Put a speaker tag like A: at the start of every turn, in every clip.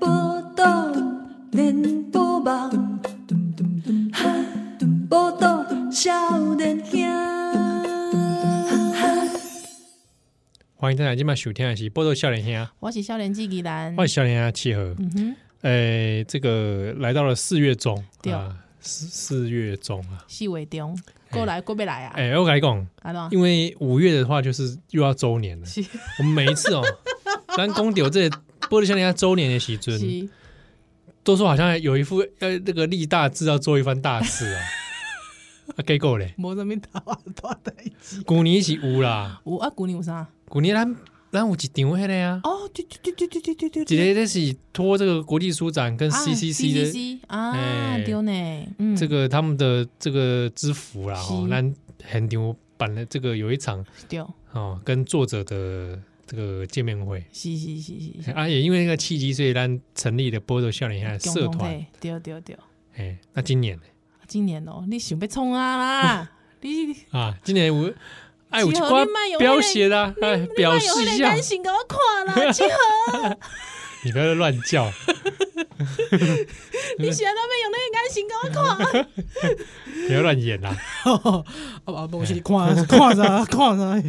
A: 报道连波网，报道少年兄。
B: 欢迎大家今晚收听的是《波多笑脸兄》，
C: 我是少年纪吉兰，
B: 欢迎笑脸兄契合。
C: 嗯哼，
B: 诶、这个来到了四月中
C: 对哦
B: 啊，四四月中啊。
C: 四月中，过来过不来啊？
B: 诶、我跟你讲，
C: 安怎？
B: 因为五月的话就是又要周年了，
C: 是
B: 我们每一 次哦，咱公丢这波多笑脸兄周年的喜尊，
C: 是，
B: 都说好像有一副要那个立大志要做一番大事 啊，啊，给够嘞，
C: 无什么大
B: 啊
C: 大代志。
B: 古年是有啦，
C: 有啊，旧年有啥？
B: 古年咱咱有一场迄个啊，
C: 哦，对对对对对对对
B: 一
C: 对，
B: 个那是托这个国际书展跟
C: 啊
B: CCC 的。
C: CCC 啊
B: 哎，
C: 丢呢，嗯，
B: 这个他们的这个之福啦，
C: 是
B: 哦，那很牛版的这个有一场
C: 对，
B: 哦，跟作者的这个见面会
C: 是是是是是，
B: 啊，也因为那个契机，所以咱成立了波多笑脸下的社
C: 共同
B: 团。
C: 体，对对对，
B: 哎，那今年呢
C: 今年哦，你想要冲 啊啦？你
B: 啊，今年我哎，我
C: 集
B: 就
C: 合
B: 挂
C: 你卖有
B: 标
C: 那个
B: 写 啦，哎，表示一下
C: 担，心给我看 啦，集合，
B: 你不要乱 叫。
C: 你想到没有那个担心给我看。
B: 不要乱演啦、
D: 啊，不是 看看啥看啥，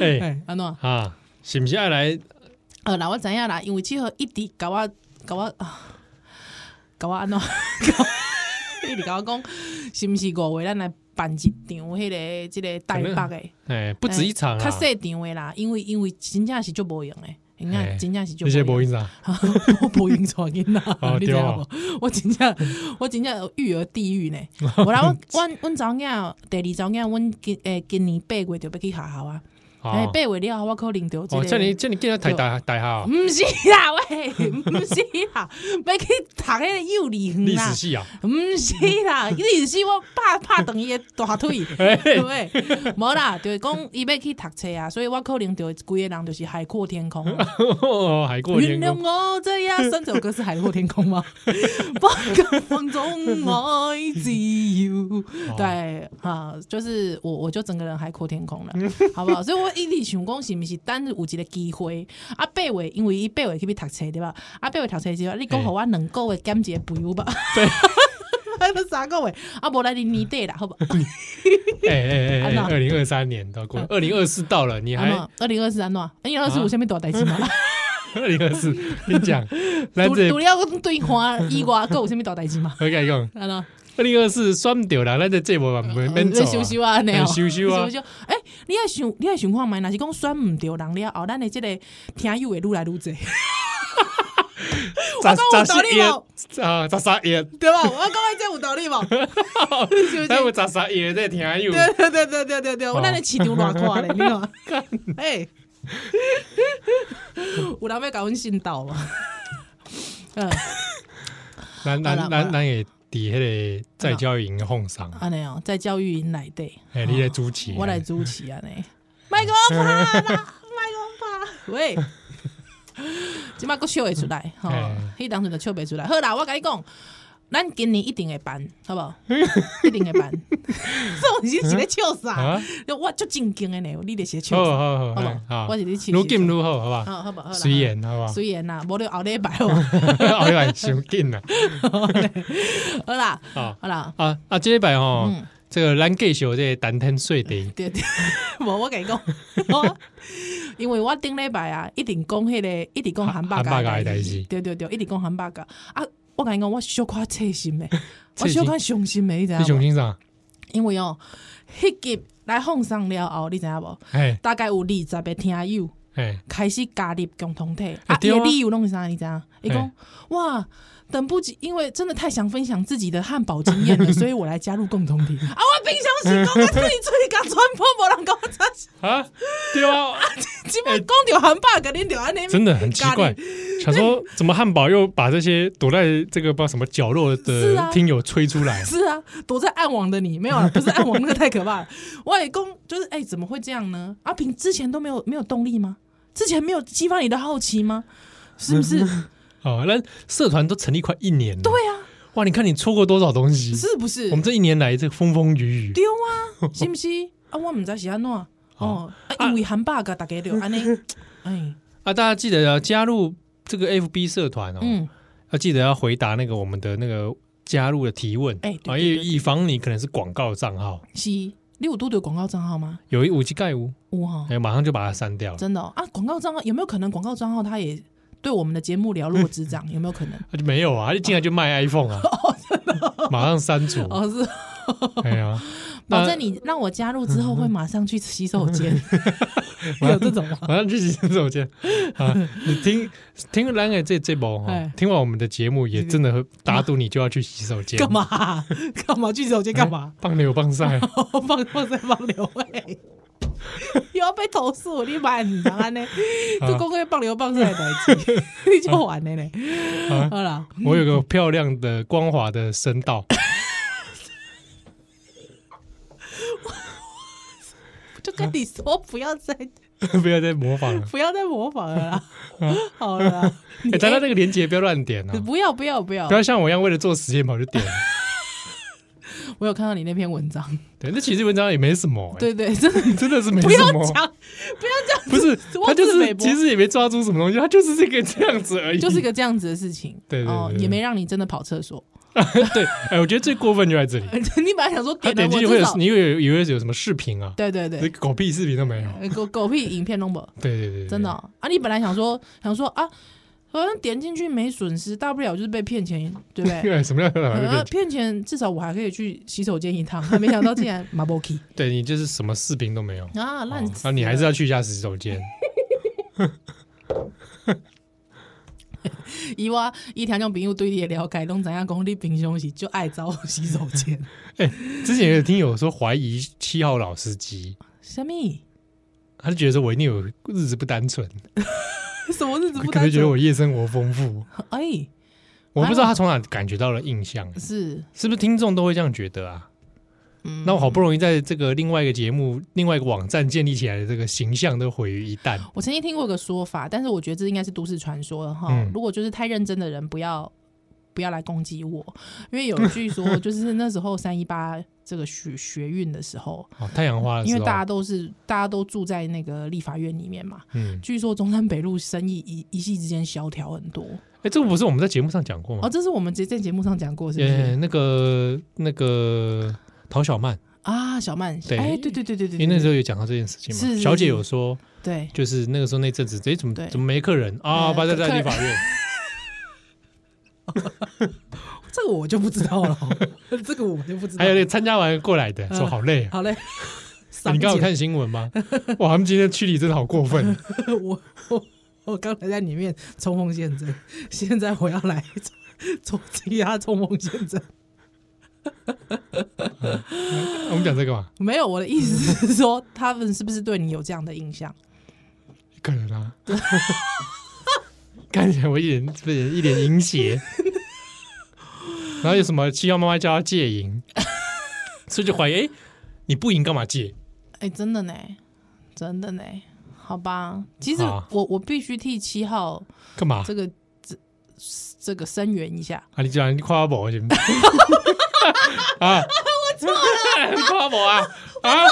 B: 哎、
D: 哎
C: 安怎？
B: 啊，是不是爱来？
C: 呃，啦，我知影啦，因为七号一直甲我甲我啊，甲我安怎？ 甲我一直甲我讲，是毋是五月咱来办一场迄、个即、个台北诶，
B: 哎、不止一场
C: 较
B: 啊，
C: 细场诶啦，因为因为真正是足无用诶。应
B: 哎
C: 该真正是就
B: 这些播音啊，
C: 我 无用错囡
B: 哦
C: 仔，你知
B: 对
C: 影
B: 哦
C: 无？我真正我真正有育儿 地狱呢。我来我我阮查某囝第二查某囝，阮今诶今年八月就要去学校啊。诶，
B: 哦
C: 八，月了后，我可能就即
B: 哦，
C: 个。
B: 叫你叫你见到台大台下、 哦、
C: 毋是嗯啦喂，毋是啦， 要去读迄个幼儿园
B: 历
C: 啦
B: 史，系啊，
C: 毋是啦，历史我拍拍断伊的 大腿，
B: 哎、
C: 对不对？无啦，就是讲伊要去读册啊，所以我可能就规个人就是海阔天空啊。
B: 哦，海阔天
C: 原谅
B: 空，
C: 我这样，三首歌是海阔天 空吗？不敢放纵爱自由。
B: 哦
C: 对啊，就是我我就整个人海阔天 空了，好不好？所以我一直想讲是不是等有一个机会啊？八月因为伊八月去要读册对吧？啊，八月读册之后，你讲
B: 嘿
C: 互我两个月减一个肥 吧？ 对，还有三个月啊，无来你年底啦，好不好？
B: 哎哎哎
C: 安
B: 哎，
C: 娜
B: 二零二三年到过，二零二四到了，你还
C: 嗯啊，二零二四安怎？二零二四有啥物大代志吗？
B: 二零二四？ 跟你讲， 咱
C: 除
B: 这
C: 除了对话以外，还有啥物大代志吗？
B: 何解讲？
C: 安怎？
B: 二零二四算掉啦，咱这这波免免走
C: 呃
B: 啊，
C: 休息啊，那样
B: 休息啊，
C: 哎，你爱想，你爱想看觅，若是讲选毋对人了后，咱的即个听友会愈来愈侪，
B: 咋
C: 我
B: 咋
C: 讲有
B: 是
C: 道理哦
B: 一啊，咋啥耶？
C: 对吧？我讲的这有道理无？是不是？
B: 咱有咋啥耶在听有？
C: 对对对对对对对，我咱的市场偌宽咧，你看，哎，有人要甲阮信道嘛？嗯，
B: 咱咱
C: 好啦
B: 咱咱也底下个在教育营哄上，
C: 安尼哦，在教育营内底，
B: 啊哎，你来主持，
C: 我来主持啊安尼，卖给我拍啦，卖给我拍，喂。即摆佫笑会出来，吼
B: 哎，
C: 迄当阵就笑袂出来。好啦，我甲你讲，咱今年一定会办，好不好？ 一定会办。 这我是是咧笑啥
B: 啊？
C: 我足正经的呢，你咧是在笑
B: 好
C: 啥？
B: 好好
C: 好不
B: 好
C: 好，
B: 好，
C: 我是你试试
B: 如今如后，好不好？
C: 好好吧，好啦
B: 随缘，好不好？
C: 随缘啦，无你后礼拜 哦。
B: 我来想 紧啦，
C: 好啦，
B: 好
C: 好啦，
B: 啊啊，这一摆吼
C: 嗯，
B: 这个咱继续这个谈天说地，
C: 对 对，无我甲你讲，我因为我顶礼拜啊，一定讲迄个，一直讲韩巴
B: 韩
C: 嘎
B: 巴嘎的
C: 代
B: 代志
C: 对对对，一直讲韩巴嘎啊。我甲你讲，我小可切心的，
B: 切
C: 我
B: 心
C: 小可伤心的，你知
B: 你
C: 影
B: 想
C: 无？
B: 清啥？
C: 因为哦，迄集来放上了后，你知影无？
B: 哎
C: 大概有二十个听友
B: 哎，
C: 开始加入共同体，
B: 哎
C: 啊，
B: 对
C: 伊
B: 啊
C: 的理由拢是啥？你知影？伊
B: 哎
C: 讲哇，等不及，因为真的太想分享自己的汉堡经 验了，所以我来加入共同体。啊，我平常时讲我自己出去甲传播，无人讲我真是，
B: 啊，对 啊，
C: 即摆讲着韩爸，肯定着安尼。
B: 真的很奇怪
C: 咖，
B: 想说怎么汉堡又把这些躲在这个不知道什么角落
C: 是
B: 的
C: 啊
B: 听友吹出来，
C: 是啊，躲在暗网的你没有啊？不是暗网那个太可怕 了。我也公就是哎、怎么会这样呢？阿平之前都没有没有动力吗？之前没有激发你的好奇吗？是不是？
B: 哦，那社团都成立快一年了，对
C: 对啊，
B: 哇，你看你错过多少东西？
C: 是不是
B: 我？们这一年来这个风风雨雨，
C: 丢啊，是不是？啊，我唔知是安怎样哦，啊，因为韩爸个大家就安尼，哎，
B: 啊，大家记得要加入这个 FB 社团哦，
C: 嗯，
B: 要记得要回答那个我们的那个加入的提问，
C: 哎对
B: 啊，
C: 对
B: 因为
C: 对对
B: 以防你可能是广告账号，
C: 是，你有拄着广告账号吗？
B: 有一五级盖五，
C: 有哈，
B: 哎，马上就把它删掉了，
C: 真的哦啊，广告账号有没有可能广告账号他也对我们的节目了若 指掌？有没有可能？
B: 啊就没有啊，一进来就卖 iPhone 啊，马上删除，
C: 哦，是。
B: 哎呀，
C: 保证你让我加入之后会马上去洗 手间，
B: 嗯
C: 有这 种吗？
B: 马上去洗手间啊！你听听蓝磊这这波哈
C: 哎，
B: 听完我们的节目也真的会打赌你就要去洗手间，
C: 干嘛 啊干嘛去洗手间干嘛？
B: 棒流棒晒，
C: 放放在放流位，又要被投诉，你买唔当安呢？
B: 啊
C: 都公开放流放出来代 志，你就完了呢。
B: 啊
C: 好啦，
B: 我有个漂亮的光滑的声道，
C: 就跟你
B: 啊
C: 说不要再
B: 不要再模仿了。
C: 不要再模仿了啦。 好了啦， 你
B: 哎，大家那个连接不要乱点啊！
C: 不要不要不要
B: 不！要像我一样为了做实验跑去点。
C: 我有看到你那篇文章，
B: 对，那其实文章也没什么，哎，
C: 对对，真的
B: 真的是没
C: 不
B: 什
C: 要讲，
B: 么。
C: 不要讲，
B: 不是，
C: 妄
B: 他就
C: 自菲
B: 是
C: 薄
B: 其实也没抓住什么东西，他就是这个这样子而已。
C: 就是一个这样子的事情。
B: 对对对
C: 哦
B: 对，对
C: 也没让你真的跑厕所。
B: 对， 哎，我觉得最过分就在这里，
C: 你本来想说
B: 他
C: 点了
B: 点
C: 我
B: 进去会
C: 至
B: 有
C: 少，
B: 你以为以为有什么视频啊？
C: 对对
B: 这
C: 对，
B: 狗屁视频都没有。
C: 呃狗狗屁影片都没，
B: 对对对对，
C: 真的哦啊！你本来想说想说啊，好像点进去没损失，大不了就是被骗钱，对不 对？
B: 对，啊什么样的老
C: 呃
B: 人？
C: 骗钱至少我还可以去洗手间一趟，没想到竟 然马波 k
B: 对你就是什么视频都没有，
C: 啊，烂
B: 哦
C: 死
B: 那
C: 了！
B: 你还是要去一下洗手 间。
C: 以我以听众朋友对你的了解，拢知影讲你平常时就爱走洗手 间，
B: 哎之前有听友说怀疑七号老司机，
C: 什么？
B: 他就觉得说我一定有日子不单纯，
C: 什么日子
B: 他
C: 不
B: 可能
C: 单
B: 觉得
C: 纯？
B: 我夜生活丰 富。
C: 哎，呃
B: 我不知道他从哪感觉到了印象，
C: 是
B: 是不是听众都会这样觉得啊？
C: 嗯
B: 那我好不容易在这个另外一个节目、另外一个网站建立起来的这个形象都毁于一旦。
C: 我曾经听过一个说法，但是我觉得这应该是都市传说了哈。
B: 嗯
C: 如果就是太认真的人，不要不要来攻击我，因 为有一句说，就是那时候三一八这个学学运的时候，
B: 哦，太阳花的时
C: 因
B: 候，
C: 为大家都是大家都住在那个立法院里面嘛，
B: 嗯，
C: 据说中山北路生意一一夕之间萧条很多。
B: 哎，这个不是我们在节目上讲过吗
C: 哦，？这是我们直接在节目上讲过，是不
B: 耶，
C: 是？
B: 那个那个陶小曼，
C: 啊，小曼，
B: 对
C: 哎，对对对对对，
B: 因为那时
C: 候
B: 候有讲到这件事情嘛，
C: 是是
B: 小姐
C: 是
B: 有说，
C: 对
B: 就是那个时候那阵子，哎，怎么
C: 对
B: 怎么没客人啊？
C: 呃
B: 把在
C: 客
B: 在立法院，
C: 这个我就不知道了，哦
D: 这个我就不知道
B: 还。有那个参加完过来
C: 嗯
B: 的说好累啊。
C: 好嘞，
B: 哎你刚刚有看新闻吗？ 哇，他们今天驱离真的好过 分，
C: 我我我刚才在里面冲锋陷阵，现在我要来冲击他冲锋陷阵。
B: 我们讲这个嘛，
C: 没有，我的意思是说，他们是不是对你有这样的印象？
B: 可能啊。 看起来我一脸不是一脸淫邪，然后有什么七号妈妈叫他戒淫， 所以就怀疑，哎，你不淫干嘛戒？
C: 哎，真的呢，真的呢。好吧，其实
B: 好啊
C: 我我必须替七号
B: 干嘛？
C: 这个这这个声援一下。
B: 啊，你讲你夸我行 不？啊，我错了，夸我啊啊！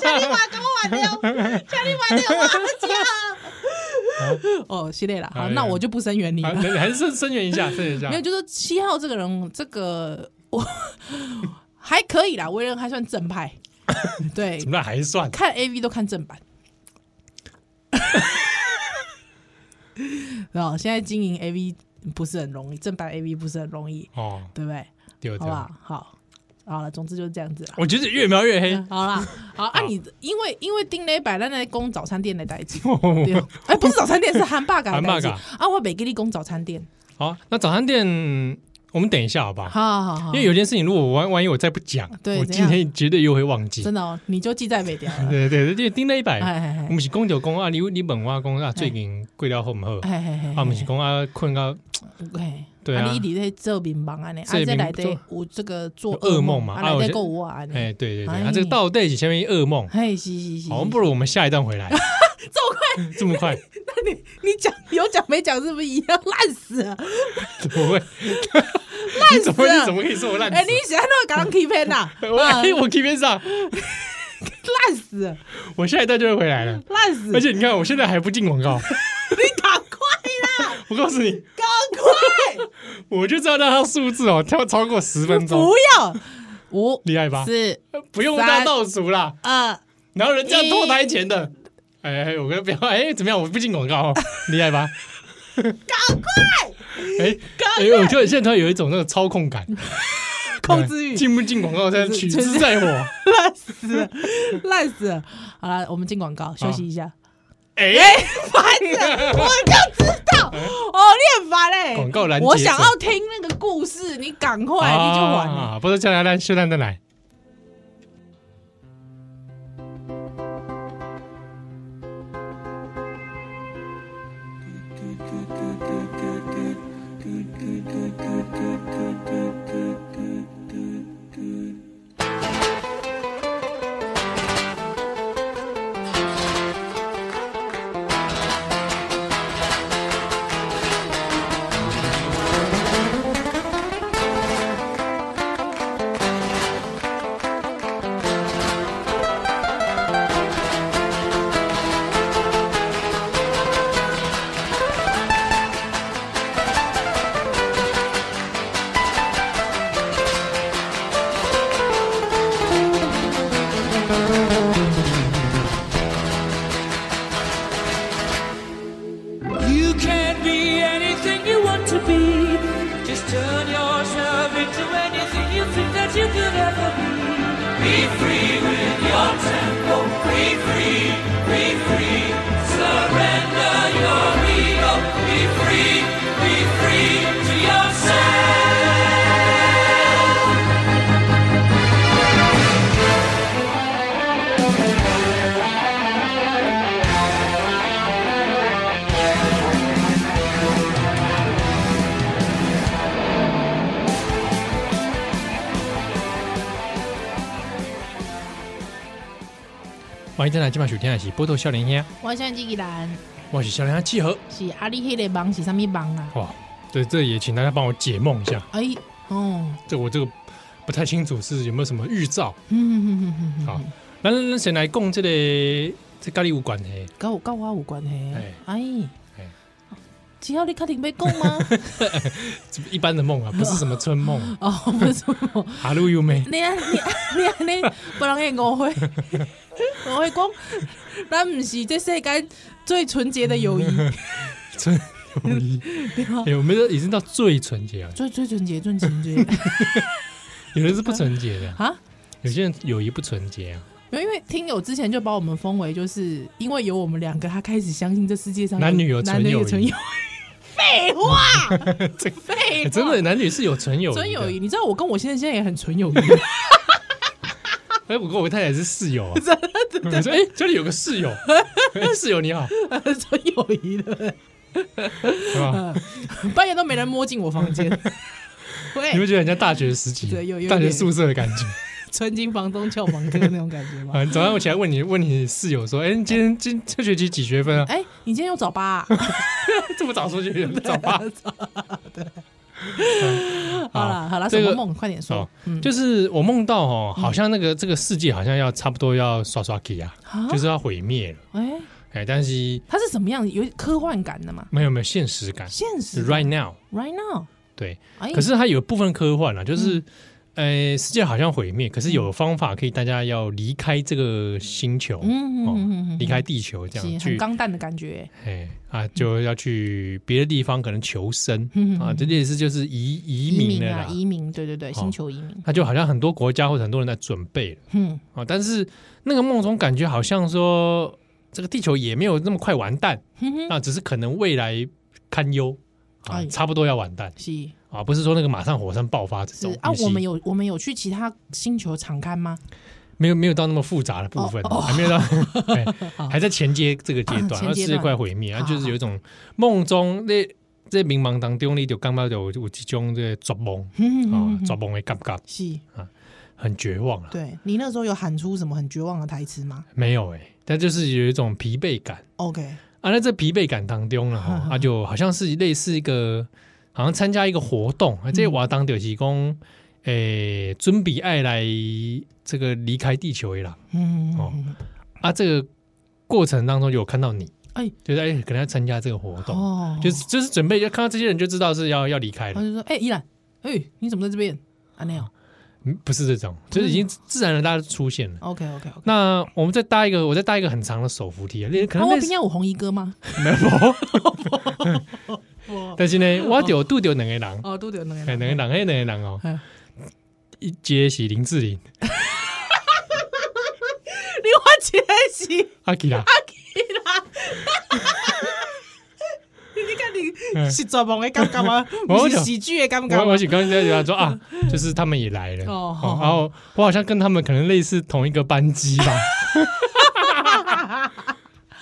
C: 加油！加油！赶快完掉！加油！完掉！哇，加！哦，系列啦，好，
B: 哎
C: 那我就不声援你
B: 啊，
C: 了。
B: 你还是声声援一下，声援一下
C: 没有，。就是七号这个人，这个我还可以啦，为人还算正派。对
B: 怎，么那还算？
C: 看 A V 都看正版。 然后哦现在经营 A V 不是很容易，正版 A V 不是很容易，
B: 哦，
C: 对不对？
B: 对
C: 好
B: 对
C: 不，好？好，好了，总之就是这样子啦。
B: 我觉得越描越黑。
C: 好啦，好啊
B: 好
C: 你，因为因为丁磊摆咱在供早餐店的代志，对
B: 哦，
C: 哎，不是早餐店是汉堡嘎的代
B: 汉堡
C: 志
B: 嘎
C: 啊，我每给你供早 餐店，
B: 好，哦那早餐店我们等一下好不好？
C: 好好好，
B: 因为有件事情，如果我万万一我再不讲，
C: 对
B: 我
C: 怎
B: 今
C: 样
B: 天绝对又会忘记。
C: 真的哦，你就记在北掉 了，
B: 对对对，就盯了一
C: 哎
B: 百。
C: 哎
B: 我们是公就公啊，你你本话公啊，最近贵料好唔好？
C: 哎哎哎，
B: 啊，我们是公啊，困到
C: 哎，
B: 对啊
C: 你一直在做民忙啊，你啊
B: 做
C: 这
B: 民
C: 来的
B: 做
C: 我这个做
B: 有噩梦
C: 梦
B: 嘛啊
C: 啊
B: 我就
C: 来的购物啊，
B: 哎，
C: 哎，
B: 对对对，
C: 哎
B: 啊，这个到底是前面噩梦？
C: 嘿，是是是，
B: 好，不如我们下一段回来，
C: 这么快，
B: 这么快？
C: 你讲有讲没讲是不是一样 烂死了？
B: 怎么会？烂怎么 会？你怎么可以说我烂死？
C: 哎，你喜欢那个港 K 片呐？
B: 我
C: 啊
B: 哎我 K 边上，
C: 烂死了，
B: 我下一段就会回来了。
C: 烂死了，
B: 而且你看，我现在还不进广告，
C: 你赶快啦，
B: 我告诉你，
C: 赶快！
B: 我就知道那套数字哦，跳超过十分钟
C: 不，要，五
B: 厉害吧？
C: 四
B: 不用大倒数啦，
C: 二，
B: 然后人家脱台前的，哎，哎我跟不要，哎，怎么样？我不进广告哦，厉害吧？赶快！哎，哎，我突然现在突然有一种那个操控感，
C: 控制欲
B: 进不进广告在取之在我。
C: 烂死了，烂死了。好了，我们进广告，休息一 下。
B: 哎，
C: 烦死了，我就知道，哦，你很烦嘞。
B: 广告拦截者
C: 我想要听那个故事，你赶快，你就完了。
B: 啊，不是，再来来，秀蛋再来。
E: You can be anything you want to be. Just turn yourself into anything you think that you could ever be. Be free with your tempo. Be free, be free. Surrender your ego. Be free, be free to yourself.
B: 《欢迎再来》今晚收听的是《波多笑脸鸭》，
C: 我现在这个人
B: 我是笑脸鸭七和。
C: 是阿里黑的忙是什么忙啊？
B: 哇，对，这也请大家帮我解梦一下。
C: 哎，哦，
B: 这我这个不太清楚是有没有什么预兆。
C: 嗯嗯嗯嗯
B: 好
C: 嗯，，
B: 那那那先来供这个这咖喱舞馆的，
C: 跟我跟我有关系
B: 哎。
C: 嗯哎
B: 哎，
C: 只要你肯定被供 吗？
B: 这一般的梦啊，不是什么春梦。
C: 哦，不是我。
B: 哈喽，优美，
C: 你啊你啊你啊你，不人会误会， 我会讲，咱唔是这世间最纯洁的友谊，
B: 嗯春友谊。哎，我们这已经到最纯洁了，
C: 最最纯洁、最 纯洁
B: 有人是不纯洁的，
C: 啊！
B: 有些人友谊不纯洁啊。
C: 没有，因为听友之前就把我们封为，就是因为有我们两个，他开始相信这世界上
B: 男女有纯
C: 男女
B: 友
C: 有
B: 谊
C: 纯友谊。废话，
B: 这
C: 废
B: 哎
C: 话，
B: 真的男女是有纯友谊，
C: 纯友谊。。你知道我跟我先生现在也很纯友谊，
B: 哎，我跟我太太是室友 啊。我说，哎，这里有个室友，哎室友你好，
C: 纯友谊的，
B: 是吧？
C: 半夜都没人摸进我房间。
B: 你
C: 喂
B: 会，觉得人家大学时期
C: 哎对有有、
B: 大学
C: 点
B: 宿舍的感觉。
C: 纯情房东俏房客那种感 觉吗？
B: 啊，早上我起来问你 问你室友说，哎、你今天今这学期几学 分啊？哎
C: 哎，你今天又早八 啊？
B: 这么早出去，早吧？
C: 好了好了，什
B: 啊这
C: 么
B: 个
C: 梦？快点说
B: 哦，就是我梦到哦，好像那个这个世界好像要差不多要刷刷 K 啊，
C: 啊！
B: 就是要毁灭了。
C: 哎，
B: 哎，但是
C: 它是怎么样？有科幻感的嘛？
B: 没有没有现实感
C: 现实
B: ，right now。
C: right now，
B: 对，
C: 哎，
B: 嗯
C: 嗯
B: 可是它有部分科幻啊，就是。呃，世界好像毁灭，可是有方法可以大家要离开这个星球，
C: 嗯嗯嗯嗯
B: 哦
C: 嗯，
B: 离开地球这
C: 是
B: 样
C: 很
B: 去，
C: 钢弹的感觉，
B: 哎啊，就要去别的地方可能求生
C: 嗯嗯
B: 啊，
C: 嗯
B: 这类似就是移移民了
C: 啊
B: 啦，，
C: 移民，对对对，
B: 哦
C: 星球移民，
B: 那就好像很多国家或者很多人在准备了
C: 嗯，
B: 啊，但是那个梦中感觉好像说这个地球也没有那么快完蛋
C: 哼哼
B: 啊，只是可能未来堪忧啊
C: 嗯哎，
B: 差不多要完蛋
C: 是
B: 啊，不是说那个马上火山爆发这
C: 是
B: 种
C: 啊
B: 预，期
C: 我们有我们有去其他星球场看吗？
B: 没有没有到那么复杂的部分，
C: 哦
B: 还 没有到，哎还在前接这个阶
C: 啊
B: 段，
C: 前
B: 那
C: 阶
B: 世界
C: 段
B: 快毁灭，啊，
C: 好
B: 就是有一种梦中那在迷茫当中，你就感觉到有有一种这个绝望
C: 嗯
B: 啊
C: 嗯，嗯
B: 绝
C: 嗯
B: 望的感觉，
C: 是，
B: 很绝望啊，
C: 对你那时候有喊出什么很绝望的台词吗
B: 没有哎，但就是有一种疲惫感
C: ？OK，
B: 啊，那这疲惫感当中了哈，啊就好像是类似一个好像参加一个活动，啊，
C: 嗯
B: 这活动就是讲诶，准备爱来这个离开地球的人。
C: 嗯，
B: 哦
C: 嗯嗯
B: 啊，这个过程当中有看到你，
C: 哎
B: 就是哎，可能要参加这个活动，
C: 哦
B: 就是就是准备要看到这些人就知道是要要离开
C: 他
B: 了，
C: 就说，哎，依然，哎，你怎么在这边？啊，那样
B: 嗯不是这种，就是已经自然而然出现了。
C: ，OK OK OK。
B: 那我们再搭一个，我再搭一个很长的手扶梯，那可
C: 啊，
B: 能
C: 我
B: 类
C: 平
B: 似、
C: 常有红衣哥吗？
B: 没有， 但是呢，我有拄着两个人，
C: 哦，都有那
B: 哎，两个人，哎，两个人哦
C: 嗯，
B: 一接是林志玲，
C: 你我杰西，
B: 阿吉拉，
C: 你看
B: 嗯
C: 你是绝望的感觉吗？
B: 我
C: 不是
B: 想
C: 喜剧的感 觉
B: 我我
C: 吗？
B: 是刚才讲说 啊，就是他们也来了，
C: 哦
B: 哦，
C: 好
B: 然后我好像跟他们可能类似同一个班机 吧。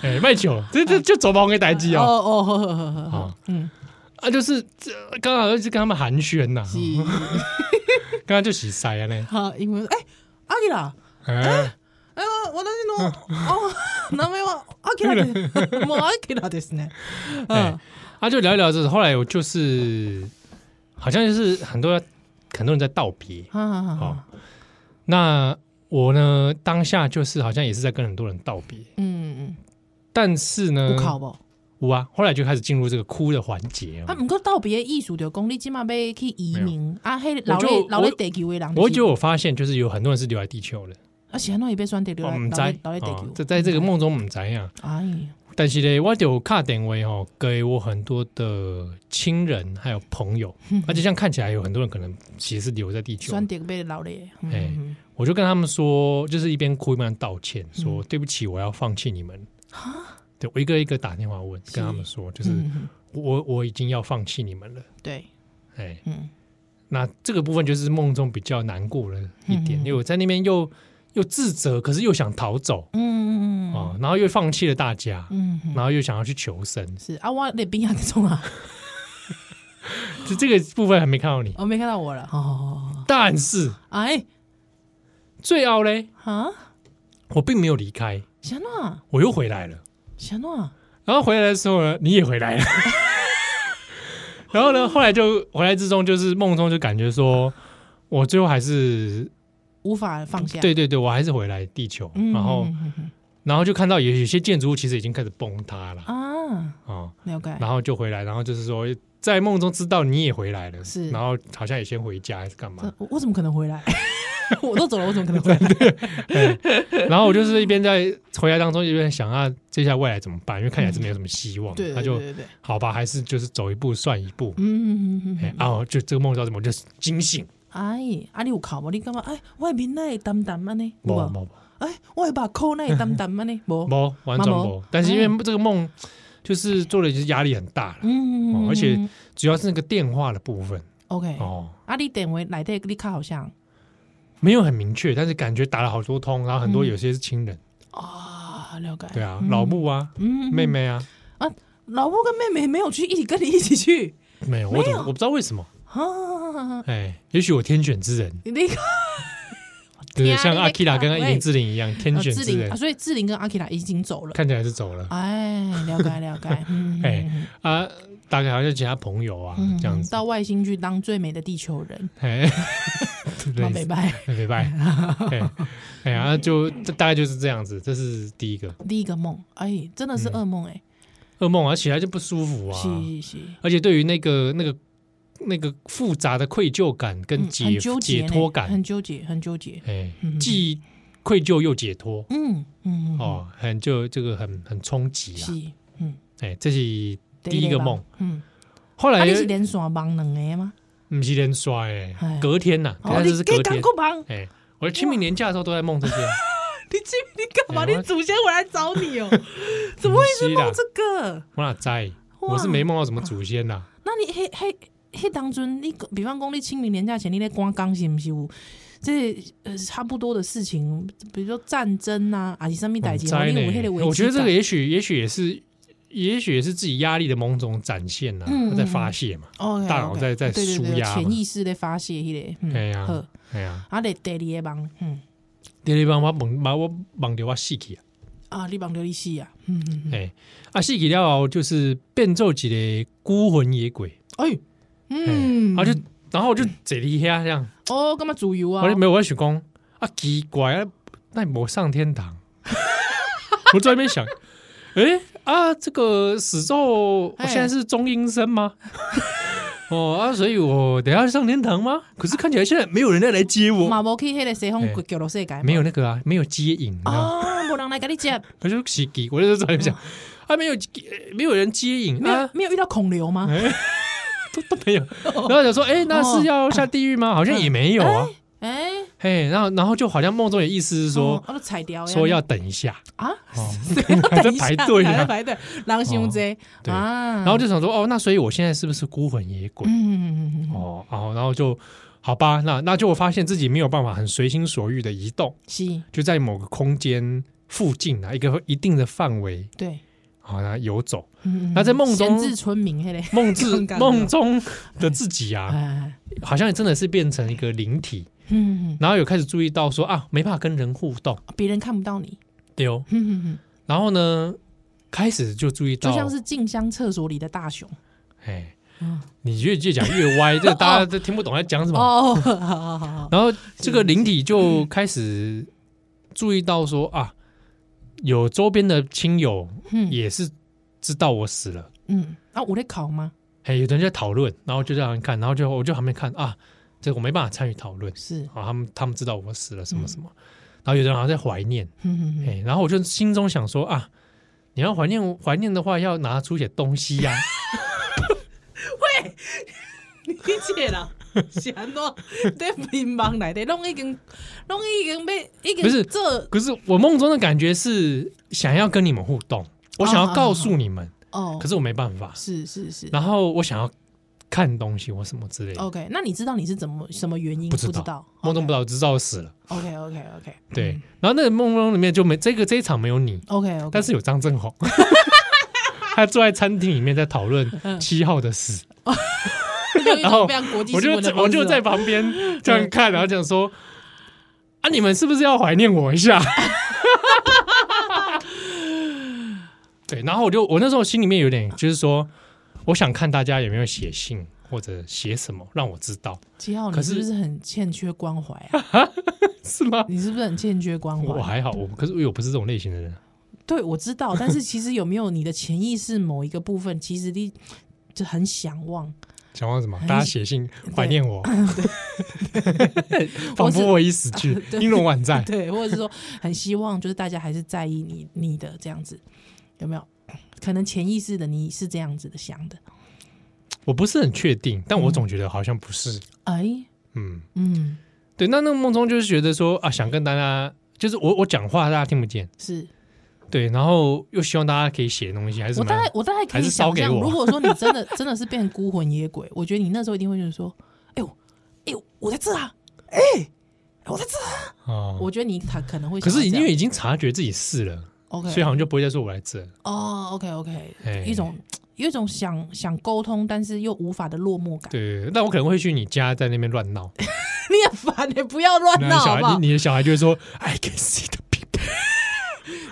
B: 哎，卖酒，这这就走吧，我给逮鸡
C: 哦
B: 哦。
C: 哦，呵呵呵呵呵
B: 啊，
C: 嗯，
B: 啊，就是这刚好就是跟他们寒暄呐，
C: 是，
B: 刚刚就洗塞了呢。
C: 好，因为哎，阿吉啦，
B: 哎，
C: 哎我我那是喏，哦，那没有阿 吉啦，莫阿吉啦的是呢，嗯
B: 哎，啊，就聊一聊这，后来我就是好像就是很多很多人在道别，
C: 好好
B: 哦
C: 好，，
B: 那我呢当下就是好像也是在跟很多人道别，
C: 嗯
B: 但是呢
C: 嗯，，有哭不？
B: 有啊，后来就开始进入这个哭的环节哦。
C: 啊，毋过道别艺术就讲你即码要去移民啊，迄老
B: 我就
C: 咧老咧
B: 我
C: 地球的人就是，
B: 我觉得我发现，就是有很多人是留在地球的，哦
C: 啊，是安怎伊要选择留
B: 我
C: 来
B: 们
C: 留
B: 在
C: 咧留咧地球，
B: 这在这个，梦中唔知呀。
C: 哎，
B: 但是呢，我就卡点位哦，给我很多的亲人还有朋 友，而且像看起来有很多人可能其实是留在地球的
C: 选。择要留咧，嗯
B: 哎
C: 嗯
B: 我就跟他们说，就是一边哭一边道歉，说对不起，我要放弃你们。对我一个一个打电话问，跟他们说，就是
C: 嗯嗯
B: 我我已经要放弃你们了。
C: 对，
B: 哎，
C: 嗯
B: 那这个部分就是梦中比较难过了一点，因
C: 嗯
B: 为我在那边又又自责，可是又想逃走。
C: 嗯嗯嗯
B: 哦，然后又放弃了大家，
C: 嗯嗯，
B: 然后又想要去求生，
C: 是啊，我那边要去冲啊，
B: 就这个部分还没看到你。
C: 我没看到我了，哦，
B: 但是
C: 哎，
B: 最后嘞，
C: 啊，
B: 我并没有离开，
C: 是安怎
B: 我又回来了。
C: 是安怎
B: 然后回来的时候呢，你也回来了。 然后呢，后来就回来之中，就是梦中就感觉说，我最后还是
C: 无法放下，
B: 对对对，我还是回来地球。
C: 嗯，嗯，
B: 然后
C: 嗯嗯嗯
B: 然后就看到有有些建筑物其实已经开始崩塌了啊、
C: 嗯啊，
B: 哦
C: 了解，
B: 然后就回来，然后就是说在梦中知道你也回来了，
C: 是
B: 然后好像也先回家还是干嘛？
C: 这我我怎么可能回 来？我都走了，我怎么可能回来？
B: 然后我就是一边在回来当中，一边想啊，接下来未来怎么办？因为看起来是没有什么希望，
C: 嗯对，
B: 那
C: 对
B: 就
C: 对对，
B: 好吧，还是就是走一步算一步。
C: 嗯嗯嗯嗯
B: 哎、
C: 嗯。
B: 啊，我就这个梦到什么，我就惊醒，
C: 哎，啊，你有哭无？你感觉哎，我的面那会淡淡安尼，有
B: 冇
C: 无？
B: 冇
C: 哎，我的目眶那会淡淡 安尼，无？
B: 冇，完全
C: 嘛
B: 冇。但是因为这个梦就是做的就是压力很大了，
C: 嗯，嗯嗯
B: 哦而且
C: 嗯嗯
B: 主要是那个电话的部分
C: OK，
B: 哦，
C: 啊，你电话内底你较好像
B: 没有很明确，但是感觉打了好多通，然后很多有些是亲人，
C: 啊，了解。
B: 对啊，
C: 嗯
B: 老母啊，
C: 嗯，
B: 妹妹啊，
C: 老婆跟妹妹没有去一起跟你一起去
B: 没有，我怎么我不知道为什么？
C: 啊，
B: 哎，也许我天选之人，
C: 你
B: 对对，
C: 听
B: 像
C: 你
B: 阿
C: 在
B: k i r a
C: 看
B: 跟
C: 喂
B: 林志玲一样，天
C: 呃
B: 选
C: 志
B: 之
C: 玲，
B: 人
C: 啊，所以志玲跟阿 k i a 已经走了。
B: 看起来是走了
C: 哎，了解了解，嗯，
B: 哎啊，大概好像其他朋友啊
C: 嗯
B: 这样子，
C: 到外星去当最美的地球人，
B: 哎， 对
C: 好，，拜拜。
B: 很没拜，哎哎呀，就大概就是这样子，这是第一个
C: 第一个梦，哎，真的是噩梦哎，
B: 噩梦啊，起来就不舒服啊，
C: 是是是，
B: 而且对于那个那个那个复杂的愧疚感跟
C: 嗯
B: 解
C: 很纠结
B: 解
C: 呢
B: 脱感
C: 很，纠结，很纠结。
B: 哎
C: 嗯，
B: 既愧疚又解脱
C: 嗯嗯，嗯，
B: 哦，很就这个很很冲击啊
C: 是，，嗯，
B: 哎，这是第一个梦，
C: 嗯，
B: 后
C: 啊，
B: 来
C: 你是连耍梦两个吗？
B: 不是连刷哎
C: 哎，
B: 隔天呐，
C: 哦，
B: 但
C: 你
B: 是是隔
C: 你赶
B: 天
C: 快，忙，
B: 哎，我的清明年假的时候都在梦这些，
C: 你去你干嘛？
B: 哎我
C: 你祖先我来找 你哦，怎么会是
B: 不是啦
C: 梦这个？
B: 我哪在？
C: 哇
B: 我是没梦到什么祖先呐，
C: 那你迄迄迄当阵，你比方讲你清明年假前，你咧赶工是毋是有这呃差不多的事情，比如说战争啊，还是什么代志，
B: 在
C: 你有迄
B: 呢
C: 个。危机
B: 我觉得这个
C: 感
B: 也许也许也是。也许也是自己压力的某种展现呐、
C: 嗯嗯
B: 在发泄嘛。
C: OK，
B: 大脑
C: 哦 OK，
B: 在在
C: 对对对对
B: 舒压嘛
C: 潜意识咧发泄迄个，嗯
B: 哎呀
C: 好，
B: 哎呀，
C: 啊咧第二个梦，嗯，
B: 第二帮我梦，把我梦到我死去啊！
C: 啊你梦到你死啊，嗯嗯，嗯
B: 哎、啊死去了后，就是变做一个孤魂野鬼，
C: 哎，
B: 嗯，
C: 嗯，
B: 啊就然后我就坐伫遐这样，
C: 哦，干嘛自由啊
B: 我就？没有我在想讲啊奇怪啊，那我上天堂， 我在那边想，哎、啊这个死咒，我
C: 哎
B: 现在是中阴身 吗？哦啊，所以我等一下上天堂吗？可是看起来现在没有人再来接我，
C: 嘛无去迄个西方
B: 哎
C: 叫落世界嘛，
B: 没有那个啊，没有接引，你知道吗
C: 啊，无人来甲你接，
B: 我就奇奇，我就在那边想，啊没有没有人接引
C: 没有
B: 啊，
C: 没有遇到孔刘吗？
B: 都都 没有。
C: 哦
B: 然后想说，哎，那是要下地狱吗？好像也没有啊。
C: 哎，
B: 嘿，然后然后就好像梦中的意思是
C: 哦
B: 说
C: 啊都踩掉呀，
B: 说 要等一下，
C: 啊，
B: 哦
C: 还
B: 在排队啊哦
C: 还在排队，狼胸贼
B: 对
C: 啊，
B: 然后就想说，哦，那所以我现在是不是孤魂野鬼？
C: 嗯，嗯嗯嗯
B: 哦，然后然后就好吧，那那就我发现自己没有办法很随心所欲的移动，
C: 是，
B: 就在某个空间附近啊，一个一定的范围
C: 对，
B: 好，然后游走。
C: 嗯，嗯
B: 那在梦中
C: 闲置村民嘿嘞，
B: 梦至
C: 尴尬
B: 梦中的自己啊，
C: 哎，
B: 好像真的是变成一个灵体。
C: 嗯，嗯
B: 然后有开始注意到说啊，没办法跟人互动，
C: 嗯别人看不到你，
B: 对哦。
C: 嗯嗯嗯
B: 然后呢，开始就注意到，
C: 就像是静香厕所里的大熊
B: 哎，你越越讲越歪，这个大家都听不懂在讲什么。
C: 嗯哦，好好好好，
B: 然后这个灵体就开始注意到说啊，有周边的亲友
C: 嗯
B: 也是知道我死了，
C: 嗯，啊，我在考吗？
B: 哎，有的人在讨论，然后就这样看，然后就我就旁边看啊，这个我没办法参与讨论
C: 是，
B: 啊，他们他们知道我死了什么什么，然后有的人好像在怀念。
C: 嗯嗯嗯嗯
B: 哎、然后我就心中想说啊，你要怀念怀念的话，要拿出一些东西呀、
C: 理解啦。是安 怎在乒乓内底，拢已经，拢已经被，已经
B: 不是
C: 这
B: 可是我梦中的感觉是想要跟你们互动，我想要告诉你们，
C: 哦，
B: 可是我没办法。
C: 是是是，
B: 然后我想要看东西或什么之类的，
C: OK，那你知道你是怎么什么原因？
B: 不
C: 哦
B: 知
C: 不
B: 道
C: 道，
B: 梦中不知道，只知道我死了。
C: OK OK OK
B: 对，然后那个梦中里面就没这个这一场没有你，
C: OK OK，
B: 但 是有张正宏。 他坐在餐厅里面在讨
C: 嗯
B: 论七号的死，然
C: 然
B: 后
C: 非常国际
B: 我
C: 新
B: 就
C: 闻的
B: 在
C: 方
B: 我
C: 式
B: 就
C: 哦
B: 在旁 边这样看，然后讲说：“啊，你们是不是要怀念我一下？” 对，然后我就我那时候心里面有点就是说，我想看大家有没有写信或者写什么让我知道，
C: 七号，
B: 可
C: 你
B: 是
C: 是不是很欠缺关怀 啊？
B: 是 吗？
C: 你是不是很欠缺关
B: 我
C: 怀？
B: 还好，我可是因为我不是这种类型的人，
C: 对，我知道，但是其实有没有你的潜意识某一个部分，其实你就很想望，
B: 想要什
C: 哎
B: 么？大家写信怀念 我，仿
C: 我是
B: 佛我已死去，
C: 对
B: 英容宛在。
C: 对，或者是说很希望，就是大家还是在意你你的这样子，有没有？可能潜意识的你是这样子的想的，
B: 我不是很确定，但
C: 嗯
B: 我总觉得好像不是，
C: 哎，
B: 嗯。
C: 嗯，
B: 对，那那个梦中就是觉得说啊，想跟大家，就是我我讲话大家听不见，
C: 是
B: 对，然后又希望大家可以写东西，还是什
C: 我
B: 么
C: 大
B: 样
C: 概我大概可
B: 还
C: 以
B: 是烧
C: 想
B: 给
C: 象，
B: 我
C: 如果说你真的真的是变成孤魂野鬼，我觉得你那时候一定会就是说，哎呦，哎呦，我在这啊，哎、我在这啊、
B: 哦。
C: 我觉得你他可能会
B: 可
C: 想要这
B: 是
C: 样，
B: 因为已经察觉自己是了，
C: OK，
B: 所以好像就不会再说我来这。
C: 哦，OK OK，、
B: 哎
C: 一种有一种想想沟通，但是又无法的落寞感。
B: 对，那我可能会去你家在那边乱闹，
C: 你很烦，你不要乱
B: 那
C: 闹
B: 小
C: 好不
B: 孩，
C: 好？
B: 你你的小孩就会说哎 I can see the people。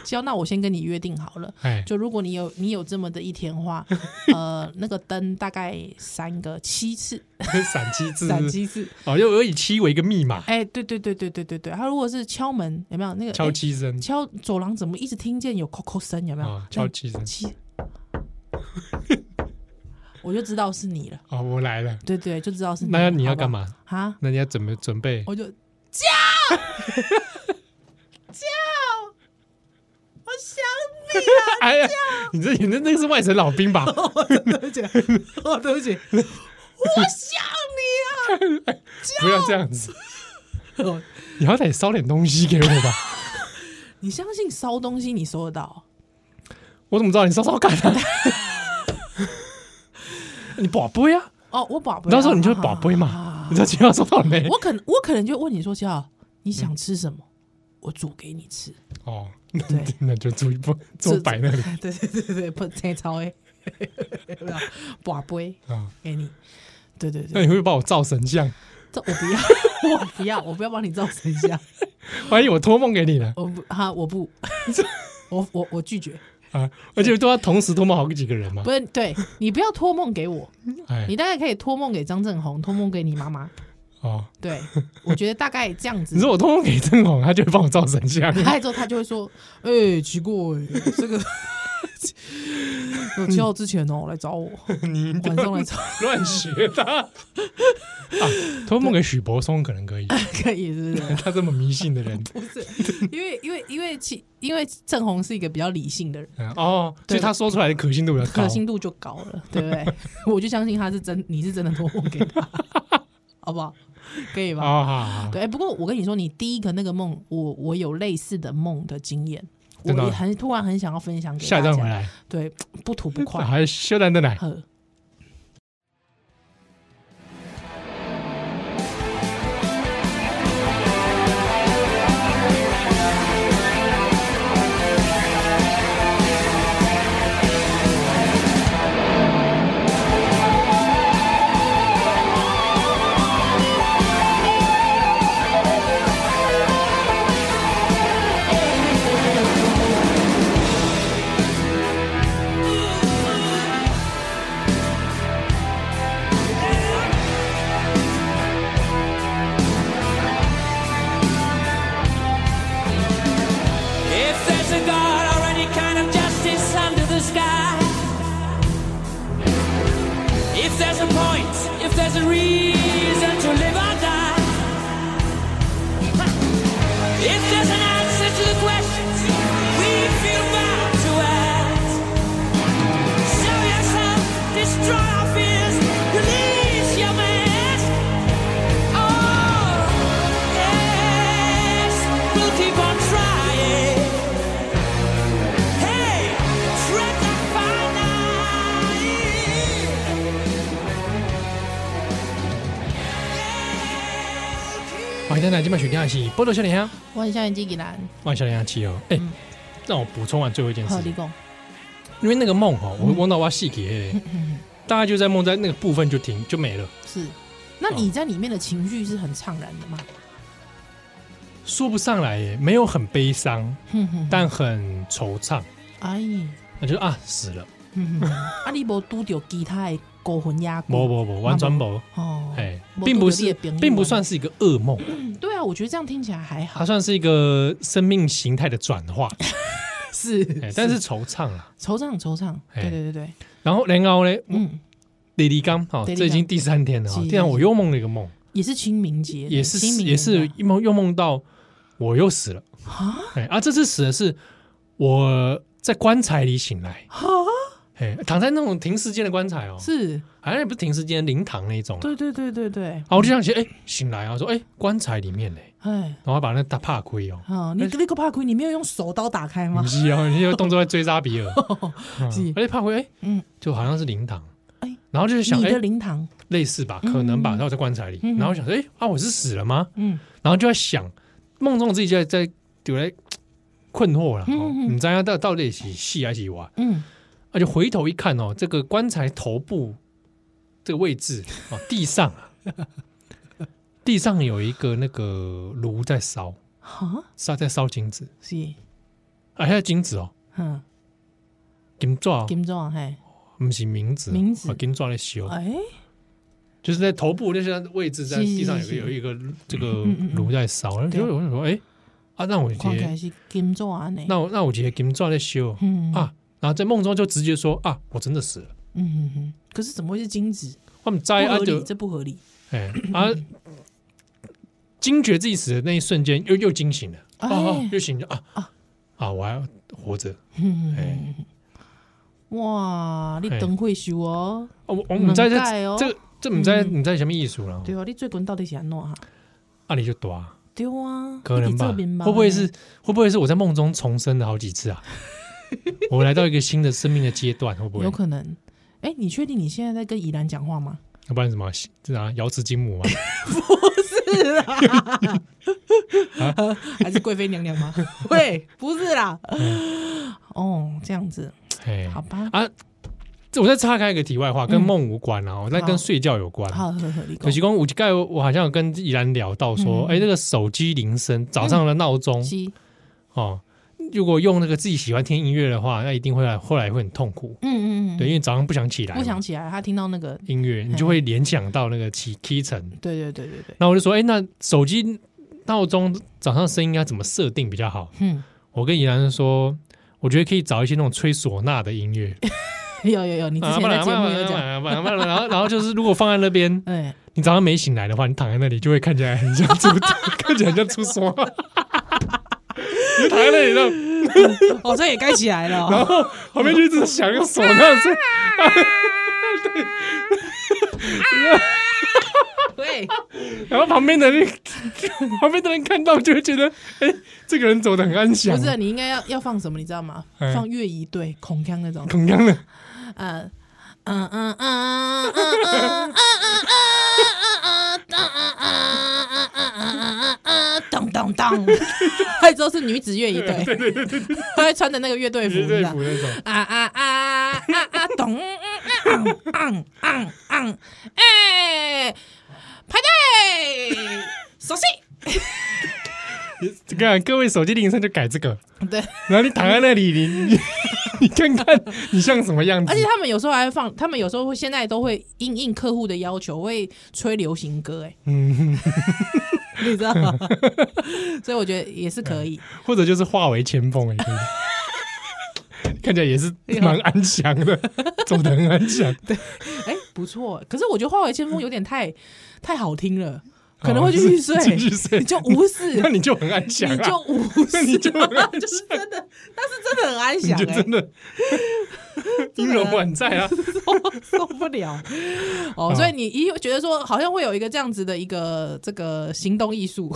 C: 行，那我先跟你约定好了。
B: 哎，
C: 就如果你有你有这么的一天 的话，呃，那个灯大概三个七次，
B: 嗯闪机字，
C: 闪七次，
B: 哦，就我以七为一个密码，
C: 哎、对对对对对对对。他如果是敲门，有没有那个
B: 敲
C: 哎
B: 七声
C: 敲走廊怎么一直听见有扣扣声？有没有？
B: 哦，敲七声
C: 那七，我就知道是你了。
B: 哦，我来了。
C: 对对，就知道是你了。
B: 那你要
C: 好不好
B: 干？嘛？
C: 啊，
B: 那你要准备准备
C: 我就叫叫，我想你了。
B: 哎呀，你这你那那个是外省老兵吧？
D: 对 不起，哦，对不起，
C: 我想你啊！
B: 不要这样子，
D: 哦
B: 你好歹烧点东西给我吧。
C: 你相信烧东西你收得到？
B: 我怎么知道你烧烧干啊？ 你宝贝啊，
C: 哦，我宝贝啊，
B: 到时候你就是宝贝
C: 啊啊
B: 嘛，你知道今天要收到没？
C: 我可能我可能就问你说，叫你想吃什么？我煮给你吃。
B: 哦，那
C: 对
B: 那就注意不 坐摆那里啊
C: 对对对对，不菜超哎，有 没有宝贝。
B: 哦
C: 给你。对对
B: 那
C: 对，
B: 你会把我造神像，
C: 这我不要，我 不要，我不要帮你造成一下。
B: 万一我托梦给你了
C: 我不哈，我不， 我我我拒绝。
B: 啊！而且都要同时托梦好几个人嘛
C: 不。是，对你不要托梦给我，
B: 哎
C: 你，大概可以托梦给张正宏，托梦给你妈妈。
B: 哦，
C: 对，我觉得大概这 样
B: 你
C: 子
B: 说。我托梦给郑红，他就会帮我造神 像。
C: 拍之后，他就会说：“哎、奇怪，这个有七号之前哦，来找我，
B: 你
C: 晚上来找 我，
B: 乱学的啊！托梦给许伯松可能可以，
C: 可以是不是？
B: 他这么迷信的人
C: 不是，因为因为因为其因为正宏是一个比较理性的人，
B: 嗯哦，所以他说出来的可信度比较高
C: 可。信度就高了， 对不对？我就相信他是真，你是真的托梦给他， 好不好？可以吧？
B: 啊，好好
C: 对，哎不过我跟你说，你第一个那个梦，我我有类似的梦的经验，我
B: 真的啊
C: 也很突然很想要分享给
B: 下
C: 大
B: 一站回
C: 家。
B: 来，
C: 对，不吐不快。
B: 还修蛋的奶，
C: 呵
E: If there's a God or any kind of justice under the sky, if there's a point, if there's a reason to live or die, if there's an answer to the questions we feel bound to ask, show yourself, destroy our fears, release your mask. Oh, yes, we'll keep on trying. Hey, tread that fine line.
B: 欢迎蛋奶，今晚选天是波多小莲香，
C: 我很像一只给男，
B: 欢迎小莲香七哦。哎，让我补充完最后一件事
C: 嗯好，，嗯立功。
B: 因为那个梦哦，我梦到我要细给，
C: 嗯
B: 大概就在梦在那个部分就停就没了，
C: 是，那
B: 哦
C: 你在里面的情绪是很怅然的吗？
B: 说不上来耶，没有很悲伤，
C: 哼哼，
B: 但很惆怅，
C: 哎，
B: 那就啊死了，
C: 哼哼啊，你无拄到其他的孤魂野
B: 不
C: 鬼
B: 不不，完全不。
C: 哦？
B: 哎
C: 没，
B: 并不是
C: 没有，
B: 并不算是一个噩梦，
C: 嗯对啊，我觉得这样听起来还好
B: 它。算是一个生命形态的转 化，
C: 是
B: 哎，但是惆怅啦。
C: 惆怅惆怅，
B: 哎
C: 对对对对，
B: 然后然后嘞，
C: 嗯，
B: 李立刚，哦，
C: 雷利
B: 这已经第三天了
C: 是
B: 哦，第三我又梦了一个梦，
C: 也是清明节，
B: 也是
C: 清明
B: 也
C: 年假
B: 是一梦又梦到我又死了
C: 啊
B: 哎啊，这次死的是我在棺材里醒来，
C: 啊，
B: 哎，躺在那种停尸间的棺材哦，
C: 是，
B: 好像也不是停尸间，灵堂那一种啊。
C: 对对对对对，
B: 啊，我就想起，哎，醒来啊，说，哎，棺材里面嘞，
C: 哎，
B: 然后把那大怕亏哦，
C: 哦，你那个怕鬼，你没有用手刀打开吗
B: 不？是哦，你有动作在追杀比尔，
C: 是
B: 嗯而且怕回哎，
C: 嗯
B: 就好像是灵堂，
C: 哎
B: 然后就是想
C: 你
B: 哎
C: 的，灵堂，
B: 类似吧，可能吧，然后在棺材里，然后想说哎啊，我是死了吗？
C: 嗯，
B: 然后就在想，梦中自己就在在有来困惑了，哦
C: 嗯嗯嗯
B: 你知道到到底是戏还是玩？
C: 嗯，
B: 而且回头一看哦，这个 棺材头部这个位置哦，地上啊，地上有一个那个炉在烧，
C: 哈，
B: 烧在烧金子，
C: 是，
B: 啊，还有金子哦，
C: 嗯，
B: 金爪哦，
C: 金钟嘿，
B: 不是名字，
C: 冥纸
B: 啊金爪在修，
C: 哎，
B: 就是在头部那些位置，在
C: 是
B: 地上有
C: 是
B: 个有一个这个
C: 嗯嗯嗯
B: 炉在烧，然后
C: 对
B: 我就说，哎，啊，那我
C: 看起来
B: 觉
C: 是金钟安尼，
B: 那我那我觉得金爪在修
C: 嗯
B: 啊，然后在梦中就直接说啊，我真的死了，
C: 嗯嗯嗯，可是怎么会是金子？
B: 我们
C: 不
B: 摘啊
C: 合
B: 就
C: 理，这不合理。
B: 哎啊，惊觉自己死的那一瞬间又又惊醒了，
C: 哎
B: 哦，又醒了啊
C: 啊
B: 啊，我还活着。
C: 嗯
B: 哎
C: 哇，你
B: 哎
C: 等会修哦，
B: 哦，我我们在这
C: 能改哦
B: 这这唔知
C: 嗯
B: 唔知什么意思啦，
C: 对啊，你最近到底是安怎哈？
B: 啊你就躲，
C: 对啊，
B: 可能
C: 你
B: 吧？
C: 在这边
B: 会不会是会不会是我在梦中重生了好几 次啊？我来到一个新的生命的阶段，会不会
C: 有？可能？哎，你确定你现在在跟怡兰讲 话吗？
B: 要不然什么这啥瑶池金 母啊？啊
C: 还是贵妃 娘娘吗？喂，不是啦。
B: 嗯
C: 哦，这样子，
B: 哎，
C: 好吧，
B: 啊，这我再岔开一个题外话，跟
C: 嗯
B: 梦无关啊，我在跟
C: 好
B: 睡觉有关。
C: 好，合合理。
B: 可惜公，我盖我好像有跟怡兰聊到说，
C: 嗯
B: 哎、这个手机铃声，早上的闹钟、
C: 是，
B: 哦，如果用那个自己喜欢听音乐的话，那一定会来后来会很痛苦，
C: 嗯嗯嗯，
B: 对，因为早上不想起来嘛，
C: 不想起来，他听到那个，
B: 音乐，你就会联想到那个起 key 层。
C: 对对对对对，
B: 那我就说，哎、那手机闹钟早上声音应该怎么设定比较好？
C: 嗯，
B: 我跟怡兰说，我觉得可以找一些那种吹唢呐的音乐，
C: 有有有，你哎之
B: 啊
C: 前
B: 不然
C: 在节目有讲，
B: 不然不然不然不然然后然后就是如果放在那边，
C: 哎，
B: 你早上没醒来的话，你躺在那里就会看起来很像猪， 看起来很像猪 说。你就躺在那里，然后
D: 哦，这也该起来了哦。
B: 旁边就一直响手，那 是
C: 对，
B: 然后旁边的人， 旁边的人看到就会觉得，哎、这个人走的很安详，
C: 不是，啊你应该要要放什么，你知道吗？
B: 哎
C: 放乐仪队、孔锵那种，
B: 同样的，
C: 呃，嗯嗯嗯嗯嗯嗯嗯嗯嗯嗯嗯嗯嗯嗯嗯嗯，当当当，还有之后是女子乐仪队，对对对对，她会穿的那个乐队服，
B: 绝对服那种。
C: 啊啊啊啊啊！咚，昂昂昂昂，哎，排队，熟悉。
B: 你看啊各位手机铃声就改这个，
C: 对，
B: 然后你躺在那里，你你 你看看你像什么样子
C: 而且？他们有时候还会放，他们有时候会现在都会因应客户的要求，会吹流行歌，哎，
B: 嗯，
C: 你知道吗？所以我觉得也是可以。
B: 或者就是化为前锋而已。看起来也是蛮安详的，走的很安 详。
C: 哎，不错。可是我觉得《化为千锋》有点太太好听了，可能会去欲睡
B: 哦，去去睡
C: 你就无 视，
B: 那你就很安详啊，
C: 你就无视，
B: 你就很安详
C: 就是 真的，但是真的很安
B: 你
C: 详，
B: 就
C: 哎
B: 真。的英容宛在 啊。
C: 受不了哦，所以你一觉得说好像会有一个这样子的一个这个行动艺 术，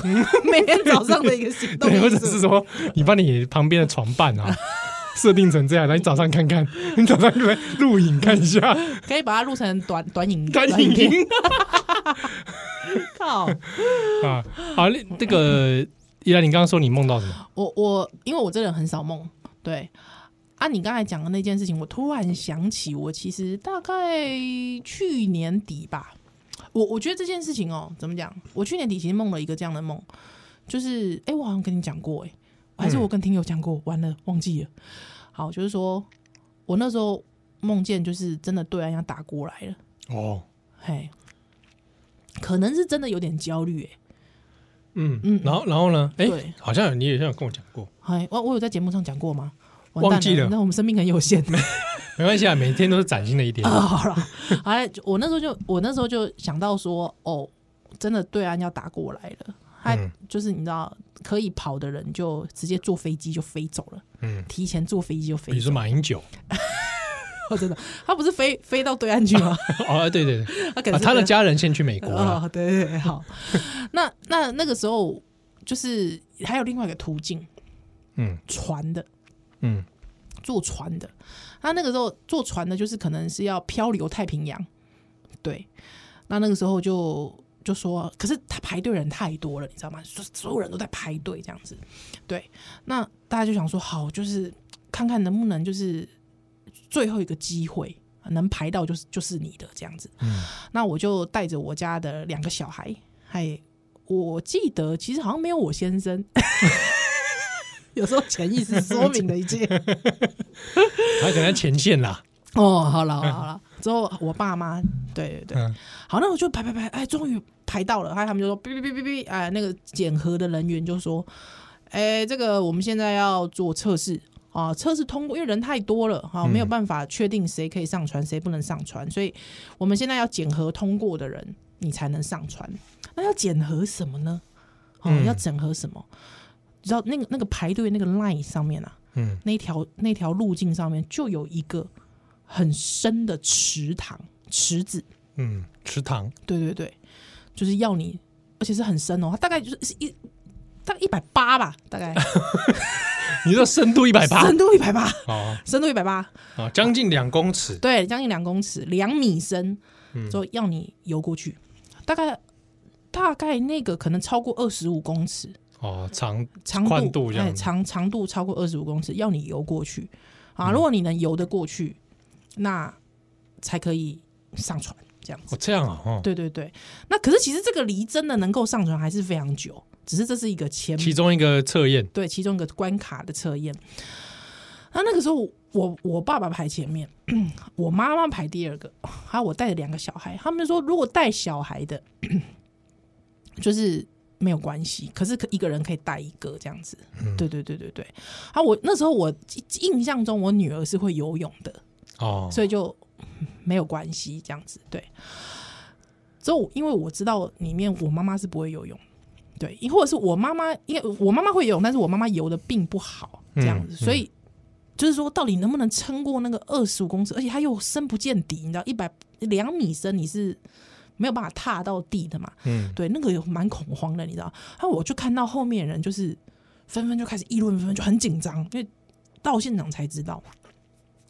C: 每天早上的一个行 动
B: 对，
C: 艺
B: 或者是
C: 术，
B: 说你把你旁边的床伴啊 设定成这样，然后你早上看 看，你早上可来录影看一 下，
C: 可以把它录成短短影
B: 看影
C: 片。
B: 音
C: 靠，
B: 啊。好，那那个依然，你刚刚说你梦到什么？
C: 我我因为我这人很少梦，对。啊，你刚才讲的那件事情，我突然想起，我其实大概去年底吧，我我觉得这件事情哦，怎么讲？我去年底其实梦了一个这样的梦，就是哎、诶我好像跟你讲过、诶哎，还
B: 嗯
C: 是我跟听友讲过，完了忘记了。好，就是说我那时候梦见，就是真的对岸要打过来了，
B: 哦，
C: 嘿，可能是真的有点焦虑、诶
B: 嗯嗯
C: 嗯，
B: 然后然后呢？哎
C: 对，
B: 好像你也像跟我讲过，
C: 哎，我我有在节目上讲过吗？完蛋
B: 忘记了
C: 那我们生命很有限。
B: 没关系 啊，每天都是崭新的一天
C: 啊、。好了， 哎，我那时候就我那时候就想到说，哦，真的对岸要打过来了，他
B: 嗯
C: 就是你知道，可以跑的人就直接坐飞机就飞走了，
B: 嗯，
C: 提前坐飞机就飞
B: 比如
C: 走
B: 说马英 九，
C: 了， 真的，他不是飞飞到对岸去 吗？
B: 哦，对对对，
C: 他可能
B: 啊
C: 是
B: 他的
C: 飞
B: 家人先去美国啊了。
C: 哦，对对对，好， 那那那个时候就是还有另外一个途径，
B: 嗯
C: 船的。
B: 嗯，
C: 坐船的。他那个时候坐船的，就是可能是要漂流太平洋，对。那那个时候就就说，可是他排队人太多了，你知道吗？所所有人都在排队这样子，对。那大家就想说，好，就是看看能不能就是最后一个机会。能排到就是就是你的这样子，那我就带着我家的两个小孩，还我记得其实好像没有我先生。有时候潜意识说明了一切。
B: 他可能在前线啦，
C: 哦，好了好了好了，之后我爸妈，对对对，
B: 嗯
C: 好，那我就排排排，哎，终于排到了，哎，他们就说哔哔哔哔哔，哎，那个检核的人员就说，哎，这个我们现在要做测试啊，测试通过，因为人太多了
B: 嗯
C: 哈、啊，没有办法确定谁可以上传，谁不能上传，所以我们现在要检核通过的人，你才能上传。那要检核什么呢？哦、
B: 嗯
C: 要整合什么？你知道那个那个排队那个 line 上面啊，
B: 嗯，
C: 那条那条路径上面就有一个很深的池塘池子，
B: 嗯，池塘，
C: 对对对，就是要你，而且是很深哦，它大概就是是一大概一百八吧，大 概
B: 你说深度一百八
C: 深，度一百八，
B: 哦
C: 深度一百八，
B: 哦，将近两公尺，
C: 对，将近两公尺，两米深，
B: 嗯
C: 就要你游过去，大概大概那个可能超过二十五公尺，
B: 哦，长
C: 长
B: 宽
C: 度
B: 度这样
C: 哎
B: 子，
C: 长长度超过二十五公尺，要你游过去
B: 嗯
C: 啊！如果你能游得过去，那才可以上船这样子。
B: 哦，这样啊，哦，
C: 对对对，那可是其实这个离真的能够上船还是非常久，只是这是一个前
B: 其中一个测验，
C: 对其中一个关卡的测验。啊那那个时候我我爸爸排前面， 我妈妈排第二个，还有我带了两个小孩，他们就说如果带小孩的， 就是没有关系，可是可一个人可以带一个这样子。对对对对对。啊，我那时候我印象中我女儿是会游泳的，
B: 哦，
C: 所以就嗯没有关系，这样子对。之后因为我知道里面我妈妈是不会游泳，对，或者是我妈妈，因为我妈妈会游泳，但是我妈妈游的并不好，这样子，
B: 嗯
C: 所以就是说，到底能不能撑过那个二十五公尺，而且它又深不见底，你知道，一百两米深你是没有办法踏到地的嘛，
B: 嗯，
C: 对，那个有蛮恐慌的，你知道？然后我就看到后面人就是纷纷就开始议论纷纷，就很紧张，因为到现场才知道。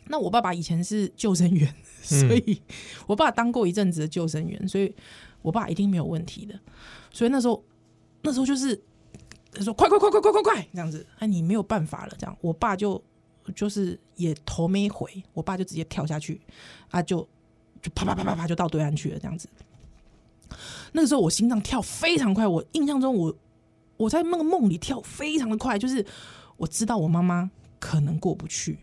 C: 那我爸爸以前是救生员，所以我爸当过一阵子的救生员，所以我爸一定没有问题的。所以那时候，那时候就是他说快快快快快快快这样子，哎，你没有办法了，这样，我爸就就是也头没回，我爸就直接跳下去，啊，就就啪啪啪啪啪就到对岸去了，这样子。那个时候我心脏跳非常快，我印象中我我在那个梦里跳非常的快，就是我知道我妈妈可能过不去，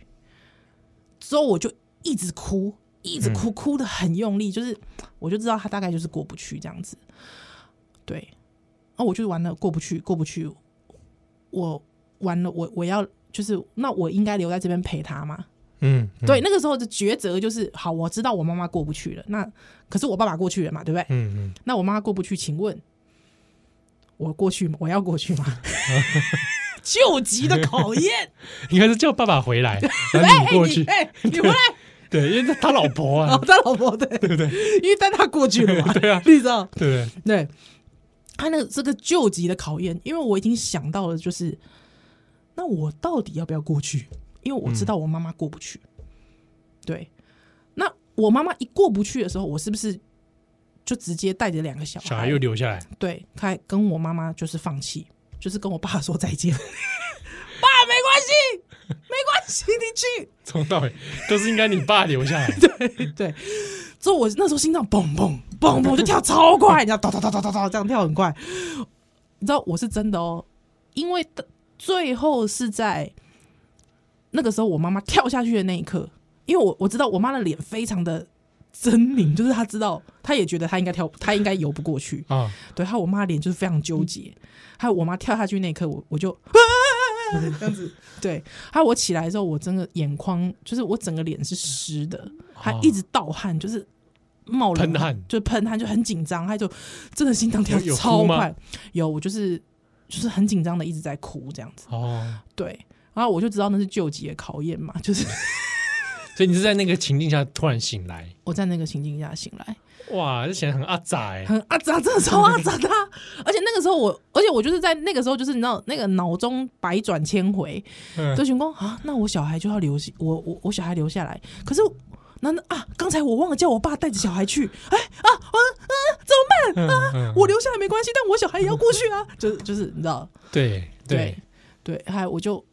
C: 之后我就一直哭，一直
B: 嗯
C: 哭，哭的很用力，就是我就知道她大概就是过不去这样子。对，啊，我就完了，过不去，过不去，我完了，我我要就是那我应该留在这边陪她吗？
B: 嗯，嗯
C: 对，，那个时候的抉择就是，好，我知道我妈妈过不去了，那可是我爸爸过去了嘛，对不对？
B: 嗯
C: 那我妈妈过不去，请问我过去吗？我要过去 吗？ 救急的考验，
B: 嗯，应该是叫爸爸回 来，然后
C: 哎哎
B: 你过
C: 你
B: 去，
C: 哎、你回来，
B: 对，因为他老婆
C: 哦
B: 啊，，
C: 他老婆对对
B: 不对？
C: 因为但他过去了嘛，
B: 对啊
C: 你知道，
B: 对不对，
C: 对，他那个这个救急的考验，因为我已经想到了，就是那我到底要不要过去？因为我知道我妈妈过不去。对，那我妈妈一过不去的时候，我是不是就直接带着两个小孩，
B: 小孩又留下来，
C: 对，他跟我妈妈就是放弃，就是跟我爸说再见。 爸，没关系，没关系，你去。
B: 从头到尾都是应该你爸留 下来，
C: 对，之后我那时候心脏蹦蹦蹦蹦，我就跳超快，你知道，哒哒哒哒哒哒，这样跳很快。你知道我是真的哦，因为的最后是在那个时候，我妈妈跳下去的那一刻，因为我我知道我妈的脸非常的狰狞，就是她知道，她也觉得她应该跳，她应该游不过去。
B: 啊，
C: 对，还有我妈脸就是非常纠
B: 嗯
C: 结，还有我妈跳下去那一刻，我 我就这样子，对，还有我起来的时候，我真的眼眶就是我整个脸是湿的，还一直盗汗，就是冒冷
B: 哦喷汗哦
C: 就喷汗就很紧张，还就真的心脏跳
B: 有有哭
C: 超
B: 吗
C: 快，有我就是就是很紧张的一直在哭这样子，
B: 哦，
C: 对，然后我就知道那是救急的考验嘛，就是
B: 所以你是在那个情境下突然醒来，
C: 我在那个情境下醒来，
B: 哇，这显得很阿杂 哎，
C: 很阿杂，真的超阿杂的啊、而且那个时候我，而且我就是在那个时候，就是你知道那个脑中百转千回，
B: 嗯
C: 就想光啊，那我小孩就要留下，我我我小孩留下来，可是难道啊？刚才我忘了叫我爸带着小孩去，哎啊啊啊，怎么办啊？
B: 嗯
C: 我留下来没关系，但我小孩也要过去啊，就是就是你知道，
B: 对
C: 对
B: 对，
C: 对，还有我就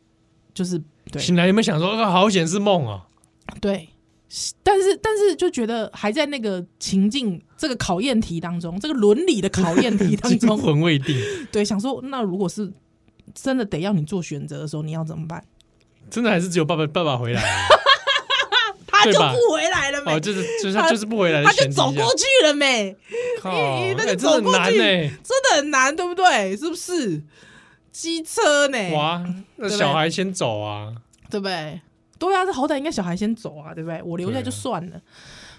C: 就是对
B: 醒来有没有想说，啊好险是梦啊？
C: 对，但是但是就觉得还在那个情境、这个考验题当中，这个伦理的考验题 当
B: 惊
C: 中，
B: 魂未定，
C: 对，想说那如果是真的得要你做选择的时候，你要怎么办？
B: 真的还是只有爸爸爸爸回来啊
C: 他
B: 对
C: 就
B: 吧
C: 不回来了
B: 哦，
C: 没？
B: 就是就是
C: 他
B: 他就是不回来的
C: 他就
B: 前提下，
C: 走过去了没？
B: 靠，
C: 因为那个
B: 哎真
C: 走
B: 的
C: 过
B: 难
C: 去
B: 呢，
C: 真的很难，对不对？是不是？机车呢？
B: 哇，那
C: 对
B: 小孩先走啊，
C: 对不对？对啊，这好歹应该小孩先走啊，对不对？我留下就算了。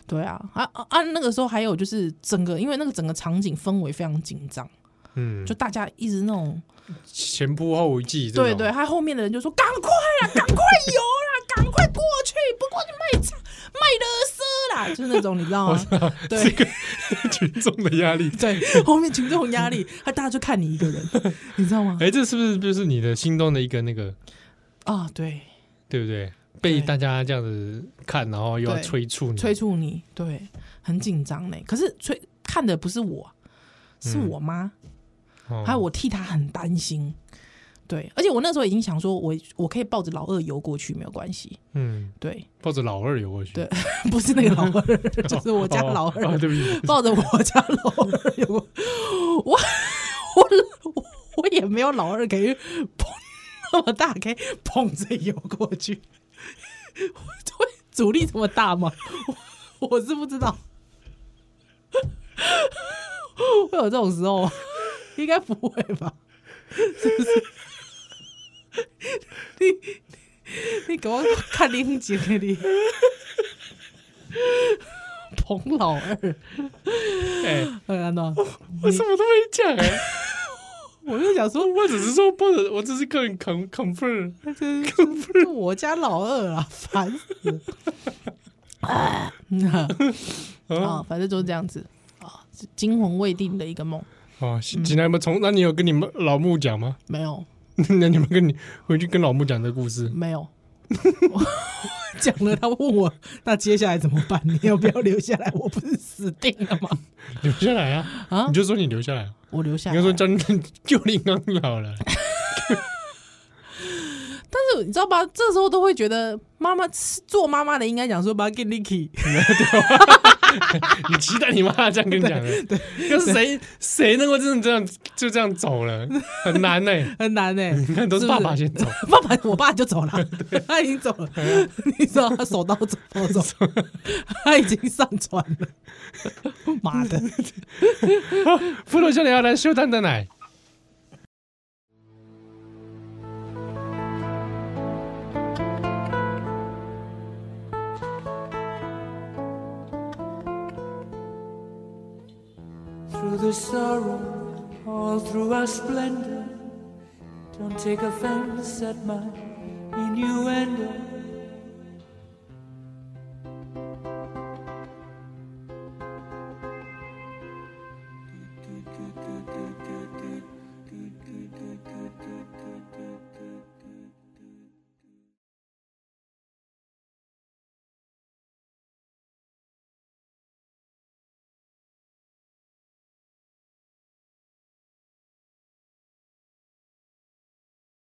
C: 对啊，啊啊啊！那个时候还有就是整个，因为那个整个场景氛围非常紧张，
B: 嗯，
C: 就大家一直那种，
B: 前仆后继这
C: 对
B: 种，
C: 对，他后面的人就说：“赶快啦， 赶快游啦，赶快过去，不过去卖菜卖勒圾啦，就是那种，你 知道吗？
B: 这
C: 对
B: 个 群众的压力。
C: 对，后面群众压力，他大家就看你一个人， 你知道吗？
B: 哎，这是不是就是你的心中的一个那个，
C: 啊，对，
B: 对不对？被
C: 对
B: 大家这样子看，然后又要
C: 对
B: 催促你，
C: 催促你，对，很紧张呢。可是催看的不是我，是
B: 嗯
C: 我妈。
B: 哦
C: 还有我替他很担心。对，而且我那时候已经想说我，我可以抱着老二游过去没有关系。
B: 嗯，
C: 对，
B: 抱着老二游过去，
C: 对 不是那个老二，就是我家
B: 哦
C: 老二，
B: 哦对不 起，
C: 抱着我家老二游过。我我我我也没有老二可以捧那么大，可以 捧着游过去。 我对阻力这么大吗？ 我我是不知道， 会有这种时候吗？应该不会吧？ 是不是？你你给我看零几个 你，彭老二，
B: 哎，
C: 哎安娜，
B: 我什么都没讲
C: 欸
B: 哎，
C: 我就想说，
B: 我只是说抱着，我只是个人 con confirm，
C: 这这是我家老二啊，烦死了！啊，啊，反正就是这样子啊，是惊魂未定的一个梦，嗯
B: 哦，进来们从那你有跟你们老木讲吗？
C: 没有，
B: 那你们跟你回去跟老木讲这故 事，
C: 没有。我讲了，他问我，那接下来怎么办？你要不要留下来？我不是死定 了吗？
B: 留下来啊！
C: 啊
B: 你就说你留下来啊，
C: 我留下
B: 你
C: 来。
B: 就说叫你 救林刚好 了。
C: 但是你知道吧？这时候都会觉得妈妈做妈妈的应该讲说 b a g i Nicky，
B: 你期待你妈这样跟你讲的，对， 可是谁谁能够真的这样就这样走了，很难呢。
C: 很难呢、
B: 你看都是
C: 不
B: 爸爸先走，
C: 爸爸，我爸就走了，他已经走了。你知道他手刀走刀走， 他已经上船了。妈的！
B: 福楼笑脸要来修蛋蛋奶。
A: Through the sorrow, all through our splendor. Don't take offense at my innuendo.